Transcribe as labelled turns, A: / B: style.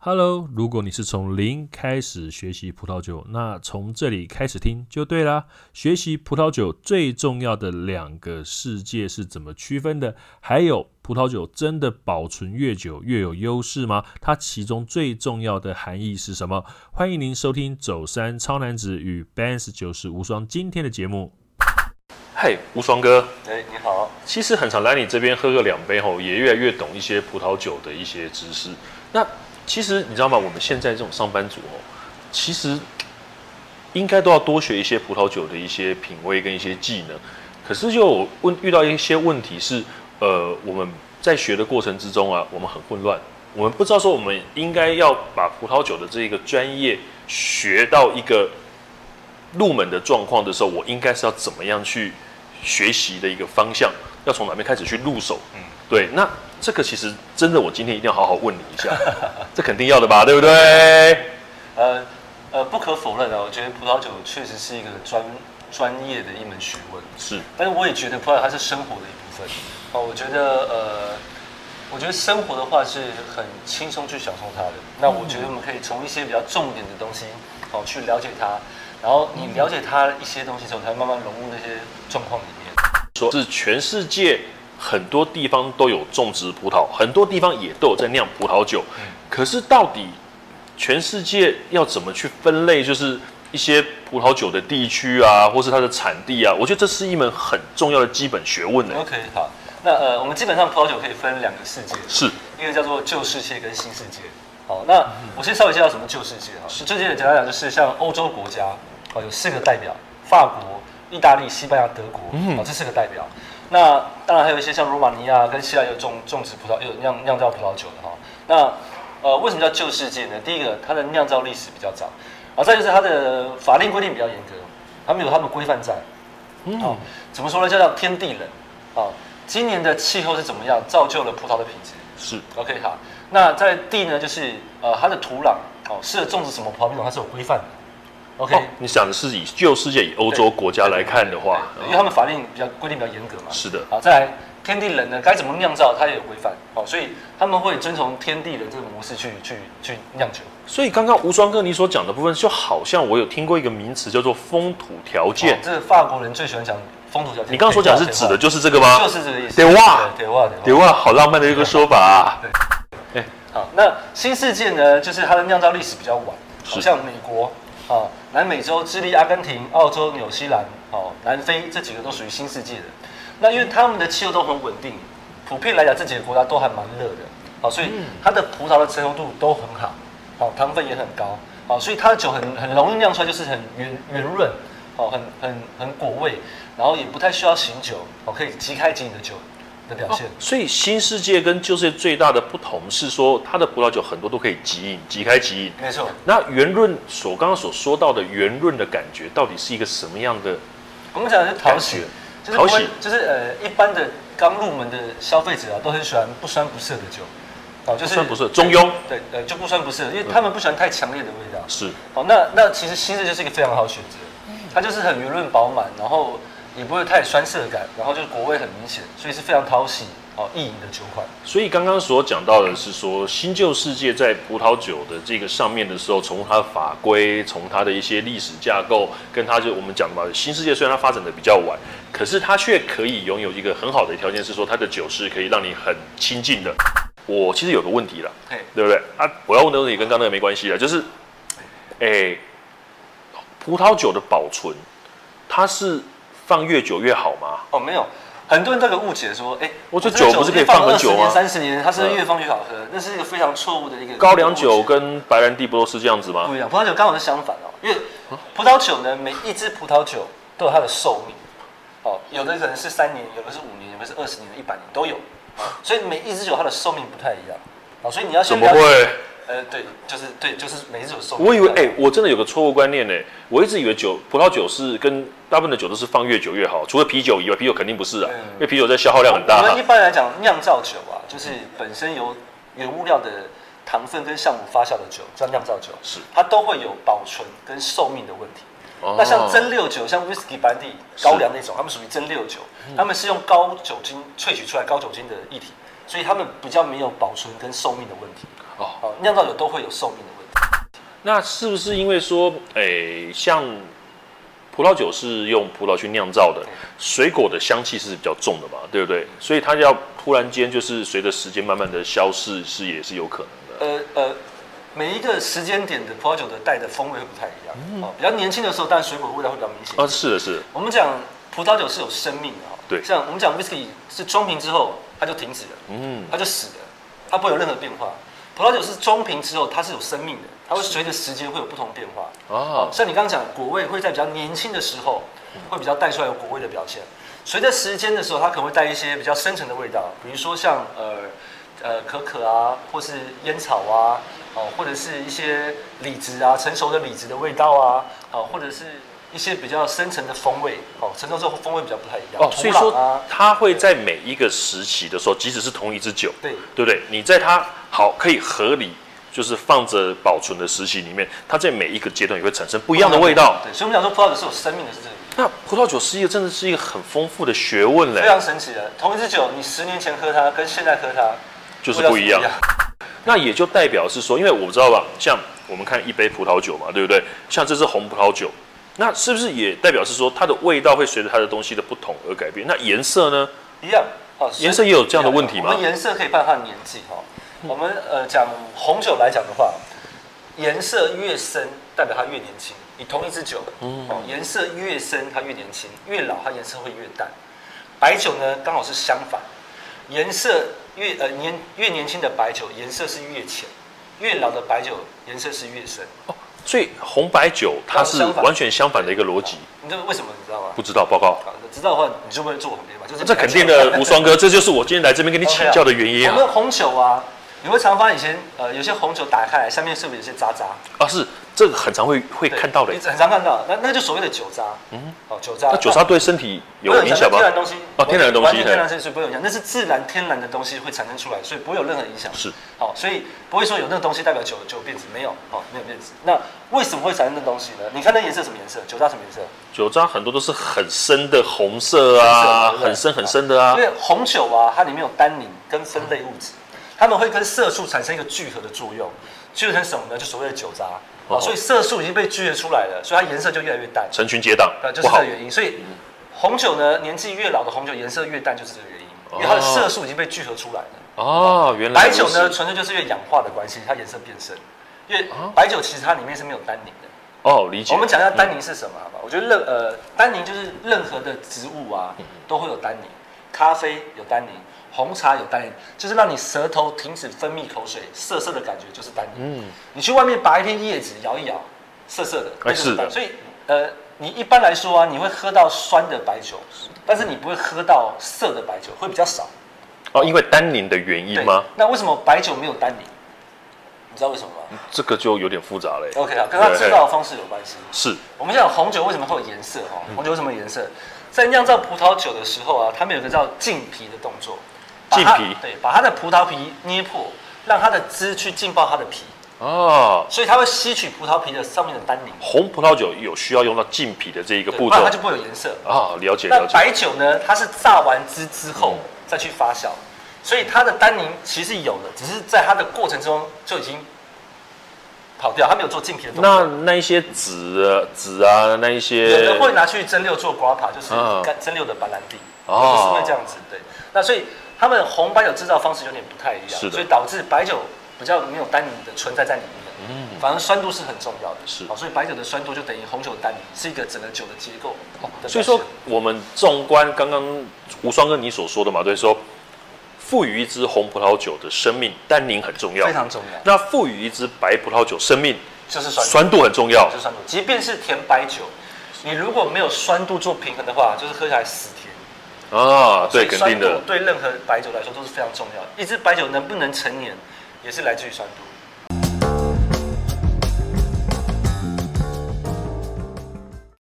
A: Hello，如果你是从零开始学习葡萄酒，那从这里开始听就对啦。学习葡萄酒最重要的两个世界是怎么区分的？还有，葡萄酒真的保存越久越有优势吗？它其中最重要的含义是什么？欢迎您收听走山超男子与 Benz 九十无双今天的节目。嗨，无双哥，
B: 哎，你好，
A: 其实很常来你这边喝个两杯后，也越来越懂一些葡萄酒的一些知识。那其实你知道吗？我们现在这种上班族哦，其实应该都要多学一些葡萄酒的一些品味跟一些技能。可是就有问遇到一些问题是，呃，我们在学的过程之中啊，我们很混乱，我们不知道说我们应该要把葡萄酒的这一个专业学到一个入门的状况的时候，我应该是要怎么样去学习的一个方向，要从哪边开始去入手？嗯，对，那这个其实真的，我今天一定要好好问你一下，这肯定要的吧，对不对？
B: 呃呃，不可否认啊，我觉得葡萄酒确实是一个专专业的一门学问，
A: 是，
B: 但是我也觉得葡萄酒它是生活的一部分哦、我觉得呃，我觉得生活的话是很轻松去享受它的。那我觉得我们可以从一些比较重点的东西哦去了解它，然后你了解它一些东西之后，才慢慢融入那些状况里面。
A: 说是全世界很多地方都有种植葡萄，很多地方也都有在酿葡萄酒。可是到底全世界要怎么去分类，就是一些葡萄酒的地区啊，或是它的产地啊？我觉得这是一门很重要的基本学问呢、
B: OK，好，那呃，我们基本上葡萄酒可以分两个世界，
A: 是
B: 一个叫做旧世界跟新世界。好，那我先稍微介绍什么旧世界哈。旧世界简单讲就是像欧洲国家，哦，有四个代表，法国、意大利、西班牙、德国，
A: 嗯
B: 哦，这四个代表。那当然还有一些像罗马尼亚跟希腊有种种植葡萄，有酿酿造葡萄酒的哈。那呃，为什么叫旧世界呢？第一个，它的酿造历史比较早，啊，再就是它的法令规定比较严格，他们有他们的规范在。
A: 嗯
B: 哦，怎么说呢？叫做天地人。哦，今年的气候是怎么样，造就了葡萄的品质。
A: 是
B: OK，好。那在地呢，就是呃，它的土壤哦，适合种植什么葡萄品种，它是有规范的。OK，、
A: 哦，你想的是以旧世界以欧洲国家来看的话，嗯
B: 对因为他们法令比较规定比较严格嘛。
A: 是的
B: 好，再来天地人呢，该怎么酿造，它也有规范。哦，所以他们会遵从天地人这个模式去去去酿酒。
A: 所以刚刚无双哥你所讲的部分，就好像我有听过一个名词叫做风土条件
B: 哦。这是法国人最喜欢讲风土条件。
A: 你刚刚所讲是指的就是这个吗？
B: 就是这个意思。
A: 得哇
B: 对，得哇，得哇
A: 对。哇，好浪漫的一个说法、啊。
B: 好，那新世界呢，就是它的酿造历史比较晚，好像美国啊、南美洲、智利、阿根廷、澳洲、纽西兰、哦、南非这几个都属于新世界的。那因为他们的气候都很稳定，普遍来讲这几个国家都还蛮热的，好、所以它的葡萄的成熟度都很好，好、糖分也很高，好、所以它的酒很很容易酿出来，就是很圆圆润，好、很很很果味，然后也不太需要醒酒，哦，可以即开即饮的酒的表现。
A: 所以新世界跟旧世界最大的不同是说，它的葡萄酒很多都可以即饮、即开即饮。
B: 没错。
A: 那圆润所刚刚所说到的圆润的感觉，到底是一个什么样的？
B: 我们讲的是讨喜，
A: 感觉
B: 就是不会
A: 讨喜
B: 就是呃，一般的刚入门的消费者啊，都很喜欢不酸不涩的酒，哦，就
A: 不酸不涩中庸，嗯
B: 对，呃，就不酸不涩，因为他们不喜欢太强烈的味道。
A: 是
B: 好，那那其实新式就是一个非常好的选择，
A: 嗯
B: 它就是很圆润饱满，然后也不会太酸涩感，然后就是果味很明显，所以是非常讨喜哦意淫的酒款。
A: 所以刚刚所讲到的是说，新旧世界在葡萄酒的这个上面的时候，从它的法规，从它的一些历史架构，跟它就我们讲的嘛，新世界虽然它发展的比较晚，可是它却可以拥有一个很好的条件，是说它的酒是可以让你很亲近的。我其实有个问题啦，
B: 嘿，
A: 对不对？啊，我要问的问题跟刚刚那个没关系了，就是，诶、葡萄酒的保存，它是放越久越好吗？
B: 哦，没有。很多人都有误解说，哎、
A: 我这
B: 这个
A: 酒不是可以
B: 一
A: 放很久啊
B: 20
A: 吗
B: 年、三十年，它是越放越好喝，那是一个非常错误的一个
A: 高粱酒
B: 误解
A: 跟白兰地不都是这样子吗
B: 不？一样，葡萄酒刚好是相反哦，因为葡萄酒呢，每一支葡萄酒都有它的寿命，哦，有的可能是三年，有的是五年，有的是二十年、一百年都有，啊所以每一支酒它的寿命不太一样，哦，所以你要
A: 怎
B: 先
A: 么
B: 了解，
A: 会？
B: 呃，对，就是对，就是每一支酒寿命不
A: 我
B: 太一
A: 以
B: 样。
A: 为，哎、我真的有个错误观念呢、我一直以为酒，葡萄酒是跟大部分的酒都是放越久越好，除了啤酒以外，啤酒肯定不是啊，
B: 嗯哦
A: 因为啤酒在消耗量很大、
B: 我们一般来讲，酿造酒啊，就是本身由原物料的糖分跟酵母发酵的酒叫酿造酒，
A: 是
B: 它都会有保存跟寿命的问题。
A: 哦
B: 那像蒸馏酒，像 whisky、白兰
A: 嗯
B: 地、高粱那种，他们属于蒸馏酒，他们是用高酒精萃取出来高酒精的液体，所以他们比较没有保存跟寿命的问题。
A: 哦，
B: 哦，酿造酒都会有寿命的问题。
A: 那是不是因为说，诶、像葡萄酒是用葡萄去酿造
B: 嗯
A: 的，水果的香气是比较重的嘛，对不对？所以它要突然间就是随着时间慢慢的消逝，是也是有可能的。
B: 呃呃，每一个时间点的葡萄酒的带的风味会不太一
A: 嗯
B: 样。哦，比较年轻的时候，当然水果味道会比较明显。
A: 啊，是的，是的，
B: 我们讲葡萄酒是有生命的哈，哦
A: 对
B: 像我们讲 whisky 是装瓶之后它就停止了，
A: 嗯，
B: 它就死了，它不会有任何变化。葡萄酒是装瓶之后它是有生命的，它会随着时间会有不同变化。
A: 啊，
B: 像你刚刚讲，果味会在比较年轻的时候
A: 嗯
B: 会比较带出来有果味的表现，随着时间的时候，它可能会带一些比较深层的味道，比如说像呃呃可可啊，或是烟草啊，哦、或者是一些李子啊，成熟的李子的味道啊，哦、或者是一些比较深层的风味，哦、成熟之后风味比较不太一样，
A: 哦，
B: 土
A: 所以
B: 壤
A: 说
B: 啊，
A: 它会在每一个时期的时候，即使是同一支酒，
B: 对
A: 对不对？你在它好可以合理就是放着保存的时期里面，它在每一个阶段也会产生不一样的味道。
B: 对，所以我们讲说葡萄酒是有生命的，是这个意思。
A: 那葡萄酒是一个真的是一个很丰富的学问嘞
B: 非，常神奇的，同一支酒，你十年前喝它跟现在喝它
A: 就是
B: 味道
A: 不一样。那也就代表是说，因为我们知道吧，像我们看一杯葡萄酒嘛，对不对？像这是红葡萄酒，那是不是也代表是说它的味道会随着它的东西的不同而改变？那颜色呢？
B: 一样哦，
A: 颜色也有这样的问题吗
B: 我们颜色可以判断它的年纪哦。我们呃讲红酒来讲的话，颜色越深代表它越年轻。你同一支酒，
A: 嗯
B: 哦，颜色越深它越年轻，越老它颜色会越淡。白酒呢刚好是相反，颜色越呃年越年轻的白酒颜色是越浅，越老的白酒颜色是越深。
A: 所以哦红白酒它是
B: 相反
A: 完全相反的一个逻辑，
B: 你知道为什么？你知道吗？
A: 不知道报告。
B: 好知道的话，你就不会做我们对吧？就是
A: 这肯定的，无双哥，这就是我今天来这边跟你请教的原因
B: 我
A: 啊！
B: 们红酒啊，你会常发现以前呃，有些红酒打开来下面是不是有些渣渣？
A: 啊，是这个很常会会
B: 对
A: 看到的
B: 你。很常看到，那那就所谓的酒渣。嗯，哦，酒渣。
A: 那酒渣对身体有
B: 不会
A: 影响吗
B: 天？然东西
A: 哦天然的东西
B: 完全
A: 嘿
B: 天然东西是不会有影响，那是自然天然的东西会产生出来，所以不会有任何影响。
A: 是，
B: 好、所以不会说有那个东西代表酒酒变质，没有，哦，没有变质。那为什么会产生那东西呢？你看那颜色什么颜色？酒渣什么颜色？
A: 酒渣很多都是很深的红色啊，
B: 很
A: 很
B: 深
A: 深很深
B: 对不对
A: 的啊
B: 因。为红酒啊，它里面有单宁跟酚类物质，它们会跟色素产生一个聚合的作用，聚合成什么呢？就所谓的酒渣。哦，
A: 哦
B: 所以色素已经被聚合出来了，所以它颜色就越来越淡。
A: 成群结党
B: 对，，就是
A: 不
B: 这
A: 好
B: 个。原因。所以红酒呢，年纪越老的红酒颜色越淡，就是这个原因，因为它的色素已经被聚合出来了。
A: 哦，原来
B: 白
A: 如此
B: 酒呢，纯粹就是因为氧化的关系，它颜色变深。因为
A: 啊
B: 白酒其实它里面是没有单宁的。
A: 哦，理解。
B: 我们讲一下单宁是什么，好吧？我觉得任呃，单宁就是任何的植物啊
A: 嗯
B: 都会有单宁，咖啡有单宁，红茶有单宁，就是让你舌头停止分泌口水，涩涩的感觉就是单宁。
A: 嗯
B: 你去外面拔一片叶子摇一摇，涩涩的，那就是
A: 哎是的
B: 单所以呃，你一般来说啊，你会喝到酸的白酒，但是你不会喝到涩的白酒，会比较少。
A: 哦，因为单宁的原因
B: 对
A: 吗？？
B: 那为什么白酒没有单宁？你知道为什么吗
A: 这个就有点复杂嘞。
B: ？OK 啊，跟它制造的方式有关系。
A: 是
B: 我们讲红酒为什么会有颜色哦？
A: 嗯
B: 红酒为什么有颜色？在酿造葡萄酒的时候啊，他们有个叫浸皮的动作，把它
A: 浸皮
B: 对，把它的葡萄皮捏破，让它的汁去浸泡它的皮，
A: 哦，
B: 所以它会吸取葡萄皮的上面的单宁，
A: 红葡萄酒有需要用到浸皮的这一个
B: 对
A: 步
B: 不然它
A: 骤
B: 就不会有颜色。
A: 啊，了解
B: 那
A: 了解。
B: 白酒呢，它是榨完汁之后再去发酵，所以它的单宁其实有的，只是在它的过程中就已经跑掉，它没有做浸皮的动
A: 那
B: 作。
A: 那一些籽籽啊，那一
B: 有
A: 些
B: 的会拿去蒸馏做瓜塔，就是
A: 嗯
B: 干蒸馏的白兰地，
A: 哦
B: 就是会这样子。对，那所以他们红白酒制造方式有点不太一样，
A: 是的
B: 所以导致白酒比较没有单宁的存在在里面。嗯，反而酸度是很重要的。
A: 是
B: 哦，所以白酒的酸度就等于红酒的单宁，是一个整个酒的结构的表现。
A: 哦所以说，我们纵观刚刚吴双哥你所说的嘛，对，说赋予一支红葡萄酒的生命，单宁很重要，
B: 非常重要
A: 那赋予一支白葡萄酒生命，
B: 就是酸度
A: 酸度很重要
B: 就是酸度，即便是甜白酒，你如果没有酸度做平衡的话，就是喝起来死甜。
A: 啊，对，
B: 所以
A: 肯
B: 酸
A: 定的
B: 度，对任何白酒来说都是非常重要的。一支白酒能不能成年，也是来自于酸度。